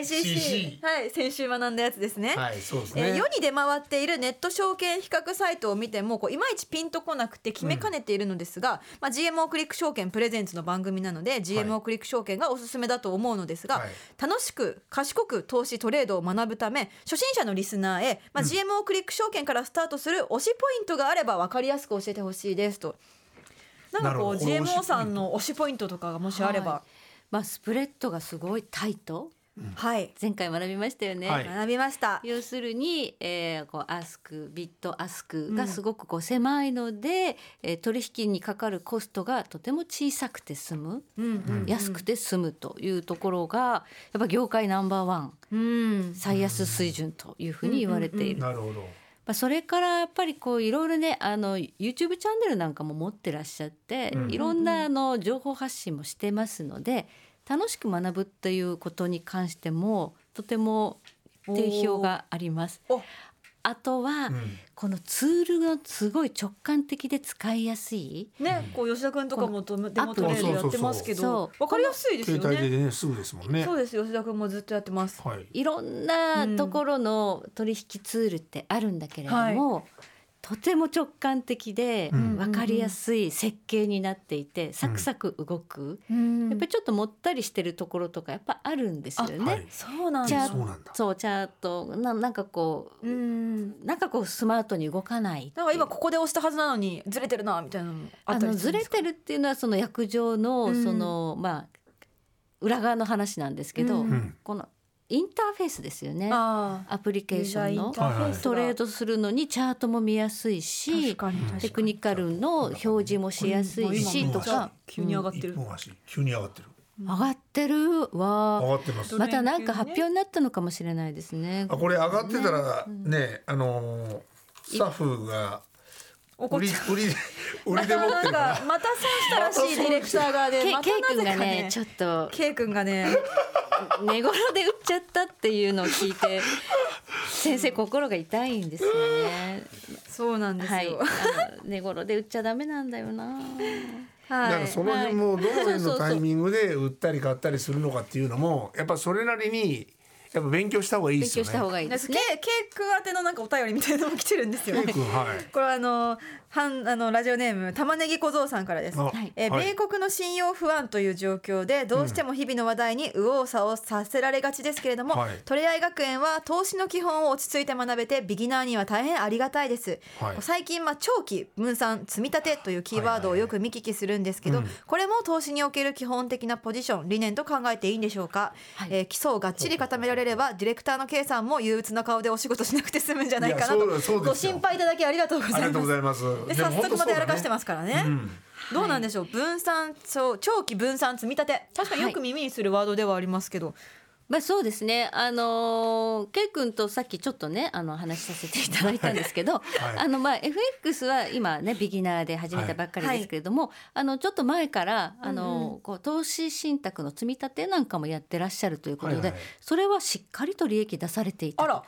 S2: YCC
S3: はい、先週学んだやつですね。
S2: はいそうです
S3: えー
S2: ね
S3: 世に出回っているネット証券比較サイトを見てもこういまいちピンとこなくて決めかねているのですが、まあ、GMO クリック証券プレゼンツの番組なので GMO クリック証券がおすすめだと思うのですが、
S2: はい
S3: 楽しく賢く投資トレードを学ぶため初心者のリスナーへ、まあ、GMO クリック証券からスタートする推しポイントがあれば分かりやすく教えてほしいですと。なんかこう
S2: なるほどこの推しポイント
S3: GMO さんの推しポイントとかがもしあれば、
S4: はまあスプレッドがすごいタイト
S3: はい、
S4: 前回学びましたよね、
S2: はい
S3: 学びました。
S4: 要するに、えー、こうアスクビットアスクがすごくこう狭いので、えー取引にかかるコストがとても小さくて済む、
S3: うん
S4: 安くて済むというところがやっぱ業界ナンバーワン
S3: うん、
S4: 最安水準というふうに言われている。
S2: なるほど
S4: まあ、それからやっぱりこういろいろねあの YouTube チャンネルなんかも持ってらっしゃって、いろんなあの情報発信もしてますので楽しく学ぶっていうことに関してもとても定評があります
S3: おーお。
S4: あとは、
S2: ん
S4: このツールがすごい直感的で使いやすい。
S3: ね、こう吉田君とかもとデモトレードやってますけ
S4: そうそう
S3: ど
S4: そう、
S3: わかりやすいですよ
S2: 携帯
S3: ね。
S2: でねすぐですもんね
S3: そうです、吉田君もずっとやってます。
S2: はい
S4: いろんなところの取引ツールってあるんだけれども、とても直感的で
S2: ん
S4: 分かりやすい設計になっていてサクサク動く、やっぱりちょっともったりしてるところとかやっぱあるんですよね。
S2: はい
S3: そうなん
S4: チャ
S3: だ。
S4: ー
S2: そうなんだ
S4: そうチャートななんかこう
S3: うん。
S4: なんかこうスマートに動かない
S3: なんか今ここで押したはずなのにずれてるなみたいなのもあ
S4: あ
S3: った
S4: の
S3: りす
S4: ず
S3: るんで
S4: れ
S3: すか。
S4: てるっていうのはその役場の
S3: ん
S4: その、まあ裏側の話なんですけど、
S3: うん
S4: このインターフェースですよね
S3: ああ、
S4: アプリケーション
S3: ユーザーイ
S4: の
S3: ンターフェースが
S4: トレードするのにチャートも見やすい
S3: 確
S4: し
S3: かに確かに
S4: テクニカルの表示もしやすいしとか
S3: 急に上がって
S2: 一
S3: る。
S2: 本足急に上がってる
S4: 上がってる
S2: 上
S4: わ
S2: がってます
S4: またなんか発表になったのかもしれないですね
S2: あこれ上がってたらねあのースタッフが
S3: 怒っ
S2: 売り
S3: ちゃう。
S2: 売 りで売
S3: ま
S2: りで
S3: た
S2: 持って
S3: なん
S2: るから
S3: かまた損したらしいディレクターがで、
S4: K,
S3: ま
S4: K
S3: たな
S4: 君
S3: ぜ
S4: が
S3: か
S4: ね
S3: ね。
S4: ちょっと
S3: K 君がね、
S4: 寝頃で打っちゃったっていうのを聞い て先生心が痛いんですよね
S3: そうなんです
S4: はい
S3: よ。
S4: あの寝頃で打っちゃダメなんだよな
S2: だか
S3: は
S2: ら
S3: い。
S2: その辺もどの辺のタイミングで売ったり買ったりするのかっていうのもやっぱそれなりにやっぱ勉強した方がいいで
S4: 勉
S2: す
S4: 強
S2: よ
S4: し
S2: ね。
S4: た方がいい
S3: ケ
S4: で
S3: イ
S4: す
S3: ケイ
S4: ね。
S3: 君宛てのなんかお便りみたいなのも来てるんですよ。
S2: ケイ君はい。
S3: これはあのはんあのラジオネーム玉ねぎ小僧さんからです。
S2: あ
S4: はい
S3: えー米国の信用不安という状況でどうしても日々の話題に右往左往させられがちですけれども、
S2: はい
S3: トレアイ学園は投資の基本を落ち着いて学べてビギナーには大変ありがたいです、
S2: はい
S3: 最近、まあ、長期分散積み立てというキーワードをよく見聞きするんですけど、
S2: はいはい
S3: これも投資における基本的なポジション理念と考えていいんでしょうか、
S4: はい
S3: えー基礎をがっちり固められればディレクターの K さんも憂鬱な顔でお仕事しなくて済むんじゃないかなと
S2: いやそうそうですよ
S3: ご心配いただきありがとうご
S2: あ
S3: ざ
S2: り
S3: い
S2: がとうご
S3: ます
S2: ざいます。
S3: で早速またやらかして
S2: ま
S3: ますからね。
S2: ん
S3: どうなんでしょう、分散そう長期分散積み立て確かによく耳にするワードではありますけど、
S4: まあそうですね。あのー、ケイ君とさっきちょっとねあの話させていただいたんです けど、
S2: い
S4: あのまあ FX は今ねビギナーで始めたばっかりですけれども、あのちょっと前からあの、こう投資信託の積み立てなんかもやってらっしゃるということで、
S2: はいはい
S4: それはしっかりと利益出されていた
S3: あ。ら
S2: はい。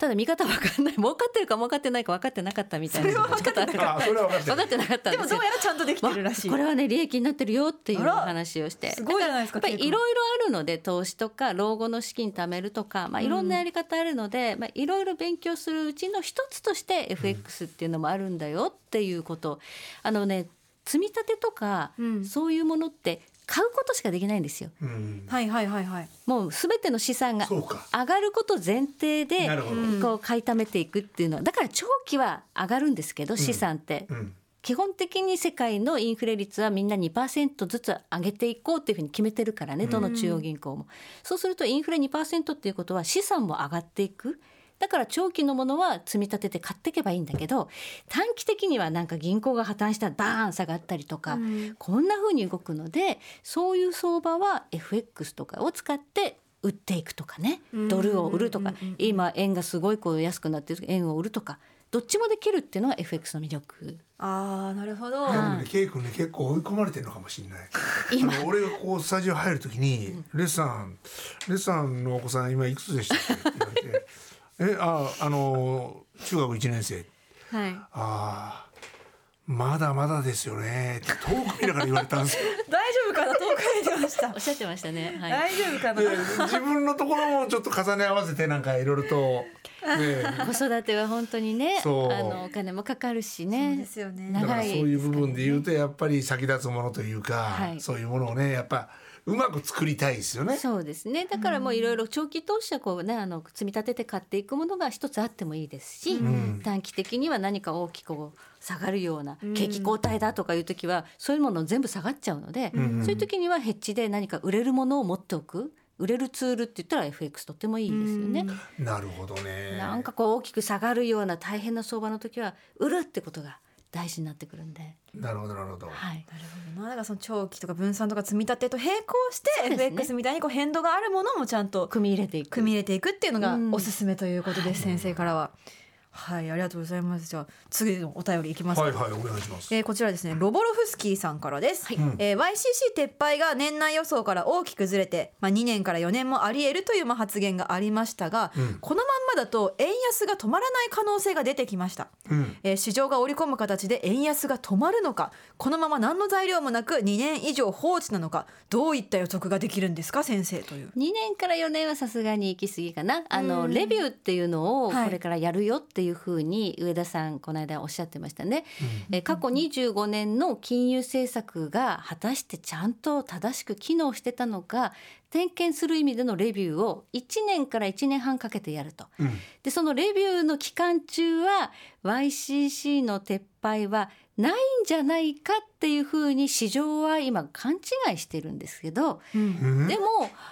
S4: ただ見方わかんない 儲かってるか儲かってないか分かってなかったみたいな
S3: それは分かってなかった
S2: あ、それは分かって
S4: 分か
S2: る。
S4: ってなかったん
S3: でも
S4: ですよ
S3: どうやらちゃんとできてるらしい。
S4: まあこれはね利益になってるよっていう
S3: あら
S4: 話をして
S3: すごいじゃないですか
S4: やっぱりいろいろあるので投資とか老後の資金貯めるとか、まあ、いろんなやり方あるので、まあ、いろいろ勉強するうちの一つとして FX っていうのもあるんだよっていうこと、あのね積み立てとか、
S3: うん
S4: そういうものって買うことしかできないんですよ。
S2: うん。
S3: はいはいはいはい。
S4: もう全ての資産が
S2: そうか。
S4: 上がること前提で
S2: なるほど
S4: こう買い貯めていくっていうのはだから長期は上がるんですけど資産って、
S2: うん。
S4: 基本的に世界のインフレ率はみんな2%ずつ上げていこうというふうに決めてるからねどの中央銀行も、そうするとインフレ2%っていうことは資産も上がっていくだから長期のものは積み立てて買っていけばいいんだけど短期的にはなんか銀行が破綻したらバーン下がったりとか、こんなふうに動くのでそういう相場は FX とかを使って売っていくとかねドルを売るとか今円がすごいこう安くなってる円を売るとかどっちもできるっていうのが FX の魅力。
S3: ああなるほど。
S2: でも
S4: は
S2: ね
S4: い、
S2: ケイ君ね、結構追い込まれてるのかもしれない。
S4: 今
S2: あの俺がこうスタジオ入るときに、レッサン、レッサンのお子さん今いくつでしたっけって言われて、え、あ、あの中学一年生。
S4: はい
S2: ああ、まだまだですよね。って遠く見ながら言われたんですよ。
S3: 大丈夫かな遠くにいてました
S4: お。っしゃってましたね。はい。
S3: 大丈夫かな。
S2: で自分のところもちょっと重ね合わせてなんかいろいろと、ね、
S4: 子育ては本当にね、あ
S2: そう
S4: のお金もかかるし
S3: そう
S4: ね
S3: で。すよ
S2: だ
S3: ね。
S2: から
S4: 長
S2: そ
S4: いう
S2: いう部分で言うとやっぱり先立つものというか、
S4: はい
S2: そういうものをねやっぱうまく作りたいですよね。
S4: そうですね。だからもういろいろ長期投資はこうね、あの積み立てて買っていくものが一つあってもいいですし、
S2: ん
S4: 短期的には何か大きくこう下がるような景気後退だとかいう時はそういうもの全部下がっちゃうので、
S2: ん
S4: そういう時にはヘッジで何か売れるものを持っておく。売れるツールって言ったら FX とってもいいですよね。
S2: なるほどね。
S4: なんかこう大きく下がるような大変な相場の時は売るってことが大事になってくるんで。
S2: なるほどなるほど。
S4: はい。
S3: まあだからその長期とか分散とか積み立てと並行して、
S4: うですね
S3: FX みたいにこう変動があるものもちゃんと
S4: 組み入れていく。
S3: 組み入れていくっていうのが
S4: うん
S3: おすすめということです、先生からは。はいありがとうございます。じゃあ次のお便りいきますか
S2: はいはいお願いします。
S3: えーこちらですねロボロフスキーさんからです、えー YCC 撤廃が年内予想から大きくずれて、まあ、2年から4年もありえるというまあ発言がありましたが、このまんまだと円安が止まらない可能性が出てきました、
S2: うん
S3: えー市場が織り込む形で円安が止まるのかこのまま何の材料もなく2年以上放置なのかどういった予測ができるんですか先生という。
S4: 2年から4年はさすがに行き過ぎかなあのレビューっていうのを
S3: はい
S4: これからやるよっていうふうに上田さんこの間おっしゃってましたね、え過去25年の金融政策が果たしてちゃんと正しく機能してたのか点検する意味でのレビューを1年から1年半かけてやると、
S2: うん
S4: でそのレビューの期間中は YCC の撤廃はないんじゃないかっていうふうに市場は今勘違いしてるんですけど、
S2: うん
S4: でも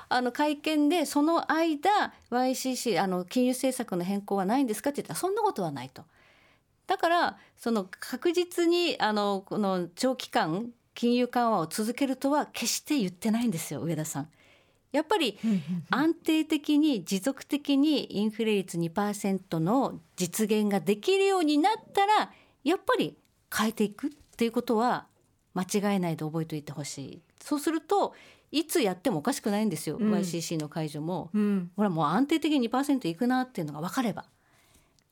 S4: あの会見でその間 YCC あの金融政策の変更はないんですかって言ったらそんなことはないと。だからその確実にあのこの長期間金融緩和を続けるとは決して言ってないんですよ上田さん。やっぱり安定的に持続的にインフレ率2%の実現ができるようになったらやっぱり変えていくっていうことは間違えないで覚えておいてほしいそうするといつやってもおかしくないんですよ、
S3: ん
S4: YCC の解除も、
S3: うん
S4: ほらもう安定的に2%いくなっていうのが分かれば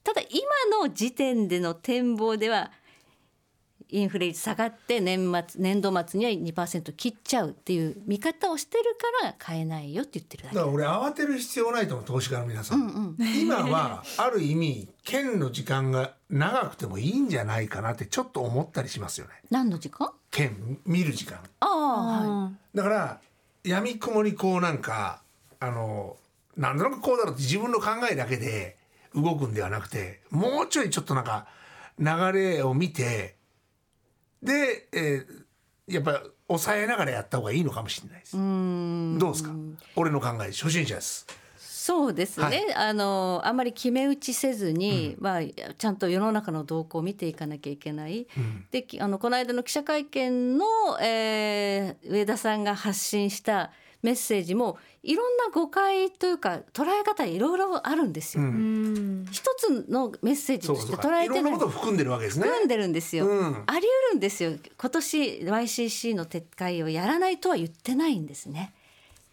S4: ただ今の時点での展望ではインフレ率下がって年末年度末には2%切っちゃうっていう見方をしてるから買えないよって言ってるだ
S2: だ
S4: け
S2: から俺慌てる必要ないと思う投資家の皆さん、今 はある意味県の時間が長くてもいいんじゃないかなってちょっと思ったりしますよね
S4: 何の時間
S2: 県見る時間
S4: ああ、はい
S3: あ
S2: だからやみくもにこうなんかあのなんとなくこうだろうって自分の考えだけで動くんではなくてもうちょいちょっとなんか流れを見てで、えーやっぱ抑えながらやった方がいいのかもしれないです。どうですか俺の考え初心者です。
S4: そうですね、
S2: はい
S4: あのあまり決め打ちせずに、まあ、ちゃんと世の中の動向を見ていかなきゃいけない、できあのこの間の記者会見の、えー上田さんが発信したメッセージもいろんな誤解というか捉え方いろいろあるんですよ。
S2: うん
S3: うん
S4: 一つのメッセージ
S2: そ
S4: と
S2: うか
S4: し
S2: そ
S4: て
S2: う
S4: 捉
S2: か
S4: え
S2: いろ
S4: て
S2: ん
S4: な
S2: ないことを含んでるわけですね。
S4: 含んでるんですよ、
S2: うん
S4: あり得るんですよ今年 YCC の撤回をやらないとは言ってないんですね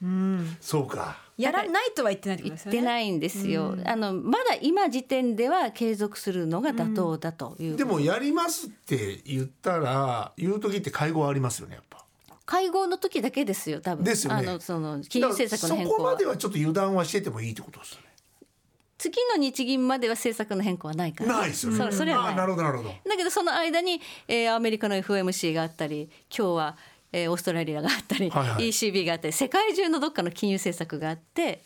S3: うん
S2: そうか。
S3: やらないとは言ってないってことで
S4: 言っ
S3: すよ
S4: て
S3: ね
S4: ないんですよ、あのまだ今時点では継続するのが妥当だという、
S2: でもやりますって言ったら言う時って会合ありますよねやっぱ。
S4: 会合の時だけですよ多分
S2: ですよね
S4: あのその金融政策の変
S2: だ
S4: 更
S2: からそこ
S4: は
S2: まではちょっと油断はしててもいいってことですよね。
S4: 次の日銀までは政策の変更はないから
S2: ないですよね。
S4: そそれは
S2: あ
S4: な
S2: ーな
S4: い
S2: るほどなるほど。
S4: だけどその間に、えーアメリカの FOMC があったり今日は、えーオーストラリアがあったり、
S2: はいはい
S4: ECB があったり世界中のどっかの金融政策があって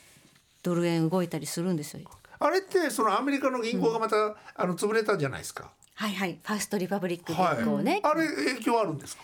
S4: ドル円動いたりするんですよ。
S2: あれってそのアメリカの銀行がまた、あの潰れたじゃないですか。
S4: はいはい、ファーストリパブリック
S2: はい
S4: 銀行ね、。
S2: あれ影響あるんですか。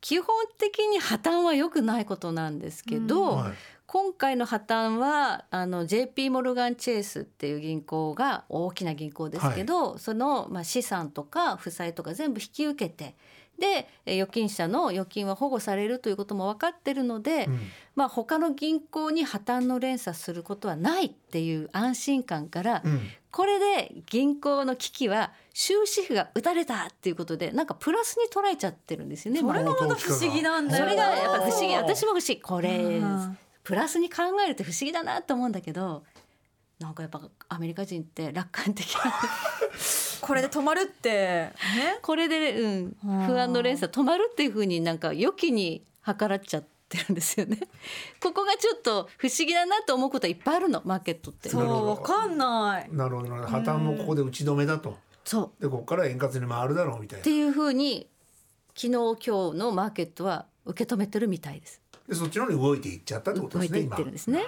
S4: 基本的に破綻は良くないことなんですけど、
S2: うんはい
S4: 今回の破綻はあの JP モルガン・チェイスっていう銀行が大きな銀行ですけど、その、まあ、資産とか負債とか全部引き受けてでえー預金者の預金は保護されるということも分かってるので、
S2: うん
S4: まあ、他の銀行に破綻の連鎖することはないっていう安心感から、
S2: うん
S4: これで銀行の危機は終止符が打たれたっていうことでなんかプラスに捉えちゃってるんですよね。
S3: それ
S4: ま
S3: が
S4: あ
S3: また不思議なんだ
S4: そ
S3: よ
S4: れがやっぱ不思議私も不思議これ
S3: うん
S4: プラスに考えるって不思議だなと思うんだけどなんかやっぱアメリカ人って楽観的 な
S3: これで止まるって ね
S4: これで、うん、不安の連鎖止まるっていうふうになんか良きに計らっちゃってるんですよね。 ここがちょっと不思議だなと思うことはいっぱいあるのマーケットって。
S3: そ
S2: なるほ
S3: う
S2: ど
S3: わかんない
S2: なるほどなるほど破綻もここで打ち止めだと。
S4: そう
S2: でここから円滑に回るだろうみたい
S4: っ
S2: な
S4: て。いうふうに昨日今日のマーケットは受け止めてるみたいです。
S2: でそっちの方に動いていっちゃったってこと
S4: 動
S2: で
S4: い
S2: す
S4: て
S2: ね
S4: いっ
S2: 今
S4: てるん。ですね。は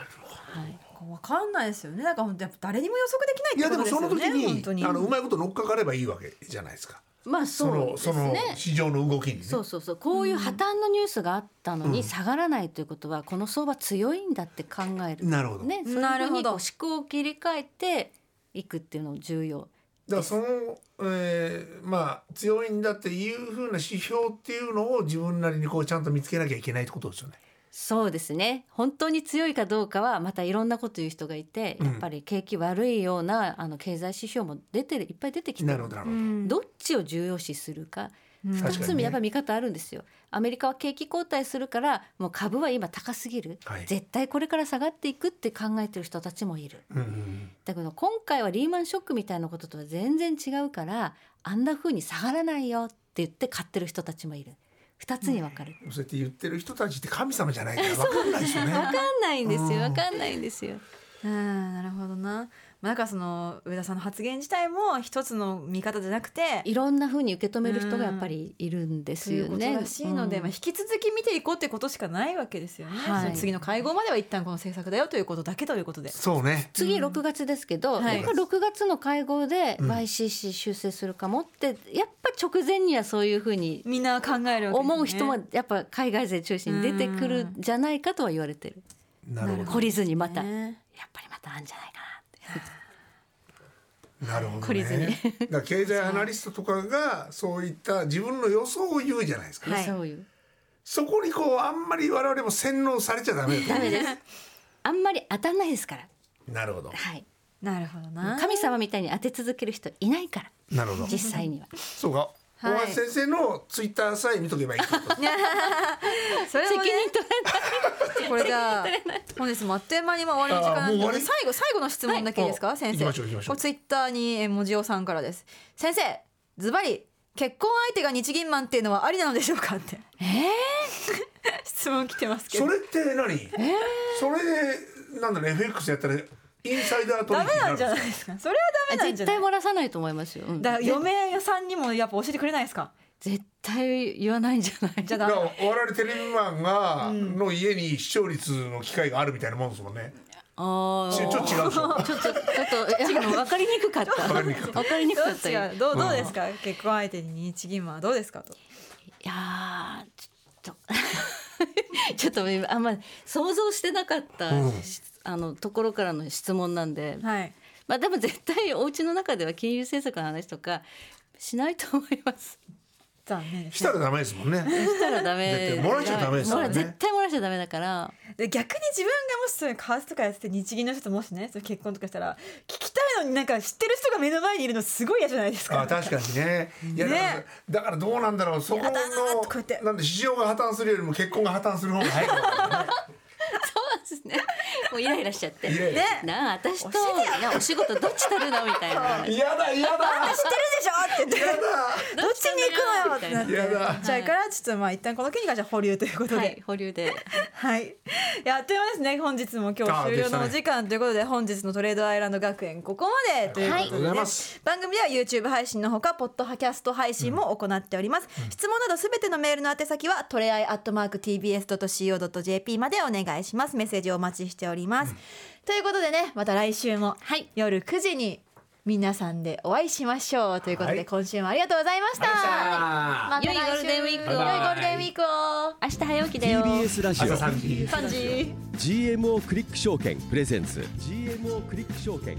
S4: い。
S3: わかんないですよねだから本当やっぱ誰にも予測できない
S2: い
S3: っ
S2: やで
S3: てこ
S2: も
S3: とです
S2: そ
S3: よ
S2: の時
S3: ね本当に
S2: にあのうまいこと乗っかかればいいわけじゃないですか。
S4: まあ
S2: そ
S4: そう
S2: の
S4: です
S2: その
S4: ね。
S2: 市場の動きにね。
S4: そうそうそうこういう破綻のニュースがあったの
S2: う
S4: に
S2: ん
S4: 下がらないということはこの相場強いんだって考える、
S2: なるほど。
S4: ねそういう
S3: なる
S4: ふう
S3: ほ
S4: にこ
S3: ど
S4: う思考を切り替えていくっていうの重要
S2: だからその、えーまあ強いんだっていうふうな指標っていうのを自分なりにこうちゃんと見つけなきゃいけないってことですよね。
S4: そうですね本当に強いかどうかはまたいろんなこと言う人がいて、
S2: うん
S4: やっぱり景気悪いようなあの経済指標も出てるいっぱい出てきて
S2: な
S4: る
S2: るほどなる
S3: う
S2: ほど。
S3: ん
S4: どっちを重要視するか
S3: うん
S4: 2
S2: 確か
S4: つ
S2: に
S4: も
S2: ね
S4: やっぱ見方あるんですよ、アメリカは景気後退するからもう株は今高すぎる、
S2: はい
S4: 絶対これから下がっていくって考えてる人たちもいる
S2: うんうん
S4: だけど今回はリーマンショックみたいなこととは全然違うからあんな風に下がらないよって言って買ってる人たちもいる2つに分かれて
S2: うん、そうやって言ってる人たちって神様じゃないから分かんないですよね。
S4: 分かんないんです
S2: うん
S4: よ分かんないんですよ
S3: うんなるほどなまあだからその上田さんの発言自体も一つの見方じゃなくて
S4: いろんな風に受け止める人がやっぱりいるんですよ
S3: という
S4: ね
S3: ことらしいので、
S4: うん
S3: まあ、引き続き見ていこうってことしかないわけですよね、
S4: はい
S3: その次の会合までは一旦この政策だよということだけということで
S2: そうね。
S4: 次6月ですけど、
S3: うんはい
S4: やっぱ6月の会合で YCC 修正するかもって、やっぱ直前にはそういうふうに
S3: みんな考えるわけですね
S4: 思う人もやっぱ海外勢中心に出てくるんじゃないかとは言われてる、
S2: なるほ
S4: 懲りずにまた、やっ
S3: ね
S4: ぱりまたあんじゃないかなって。
S2: ど。なるほど、ね。
S4: 懲りずに
S2: だから経済アナリストとかがそういった自分の予想を言うじゃないですか。
S3: はい
S4: そういう
S2: そこにこうあんまり我々も洗脳されちゃダメだと
S4: ダ
S2: 思
S4: メですあんまり当たんないですから、
S2: う。なるほど。
S4: はい、
S3: なるほどな
S4: 神様みたいに当て続ける人いないから
S2: なるほど。
S4: 実際 には
S2: そうか。大
S3: はい
S2: 橋先生のツイッターさえ見とけばいいってこと。
S3: それ
S4: 責
S3: も
S4: 任
S3: ね
S4: 取 れない
S3: これじゃあ本日もあっという間にもう終わりの時間
S2: あ
S3: なんで
S2: もう終わり
S3: 最後最後の質問だけいいですか、
S2: はい
S3: 先
S2: 行き
S3: 生
S2: ましょう行きましょう
S3: これツイッターにえ文字おさんからです先生ズバリ結婚相手が日銀マンっていうのはありなのでしょうかって
S4: えー、
S3: 質問来てますけ
S2: そ
S3: ど
S2: れって何、それでなんだろう FX やったらインサイダー取
S3: ダ
S2: 引
S3: メ
S2: にな
S3: な
S2: る
S3: ん
S2: んで
S3: じ
S2: す
S3: ゃな
S2: か
S3: いですかそれはダメなんじ
S4: 絶
S3: ゃない
S4: 対漏らさないと思いますよ、うん
S3: だから嫁さんにもやっぱ教えてくれないですか
S4: 絶対言わないんじゃない
S3: じゃあ
S2: だ
S3: ダ
S2: か
S3: メ
S2: ら我々テレビマンがの家に視聴率の機会があるみたいなもんですもんね。
S4: あ
S2: ちょちょっと違うでしょ。
S4: ちょっとちょっといや分かりにくかった
S2: わかりにくかった
S4: わかりにく
S3: ど
S4: か
S3: う
S4: った
S3: 違うどうどうですか、結婚相手に日銀マンはどうですかと
S4: いやーちょっと ちょっと今あんまり想像してなかった、
S2: うん
S4: しあのところからの質問なんで、
S3: はい
S4: まあでも絶対お家の中では金融政策の話とかしないと思います。
S3: 残念で
S2: し
S3: す
S2: た
S3: ね
S2: らダメですもんね。
S4: したらダメ。
S2: 絶対漏らしちゃダメですよね
S4: 漏ら絶対漏らしちゃダメだから。
S3: で逆に自分がもしそういう為替とかやってて日銀の人ともしねそういう結婚とかしたら聞きたいのになんか知ってる人が目の前にいるのすごい嫌じゃないですか
S2: あ確かにね。いやだから,、
S3: ね
S2: だからどうなんだろうそこ
S3: やだなこうやって
S2: のなんで市場が破綻するよりも結婚が破綻する方が早いかもしれないね。
S4: そうですね。もうイライラしちゃって。
S2: イライラ
S3: ね
S4: なあ私と
S3: 教えてよ
S4: なあお仕事どっち取るのみた いな。
S2: 嫌だ嫌だ
S3: 知ってるでしょって言ってどっちに行くのよってなっ
S2: やだ
S3: てじゃあからちょっとまあ一旦この件に関しては保留ということで、
S4: はい保留で。
S3: はい。やっという間ですね。本日も今日終了のお時間ということで、本日のトレードアイランド学園ここまでということ
S2: ありがとうご
S3: で、
S2: ざい
S3: ね
S2: ます
S3: 番組では YouTube 配信のほか、ポッドキャスト配信も行っております。質問などすべてのメールの宛先は、トレアイアットマーク TBS.CO.JP までお願いします。メッセージをお待ちしております。ということでね、また来週も
S4: はい
S3: 夜9時に皆さんでお会いしましょうということで、
S2: はい
S3: 今週もありがとうございました。また来週
S4: 良いゴールデンウィークを
S3: 良いゴールデンウィークを。
S4: 明日早起きだよ。
S1: TBS ラジオ
S2: 朝3時。
S3: 3時。
S1: GMO クリック証券プレゼンツ GMO クリック証券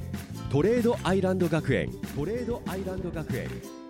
S1: トレードアイランド学園トレードアイランド学園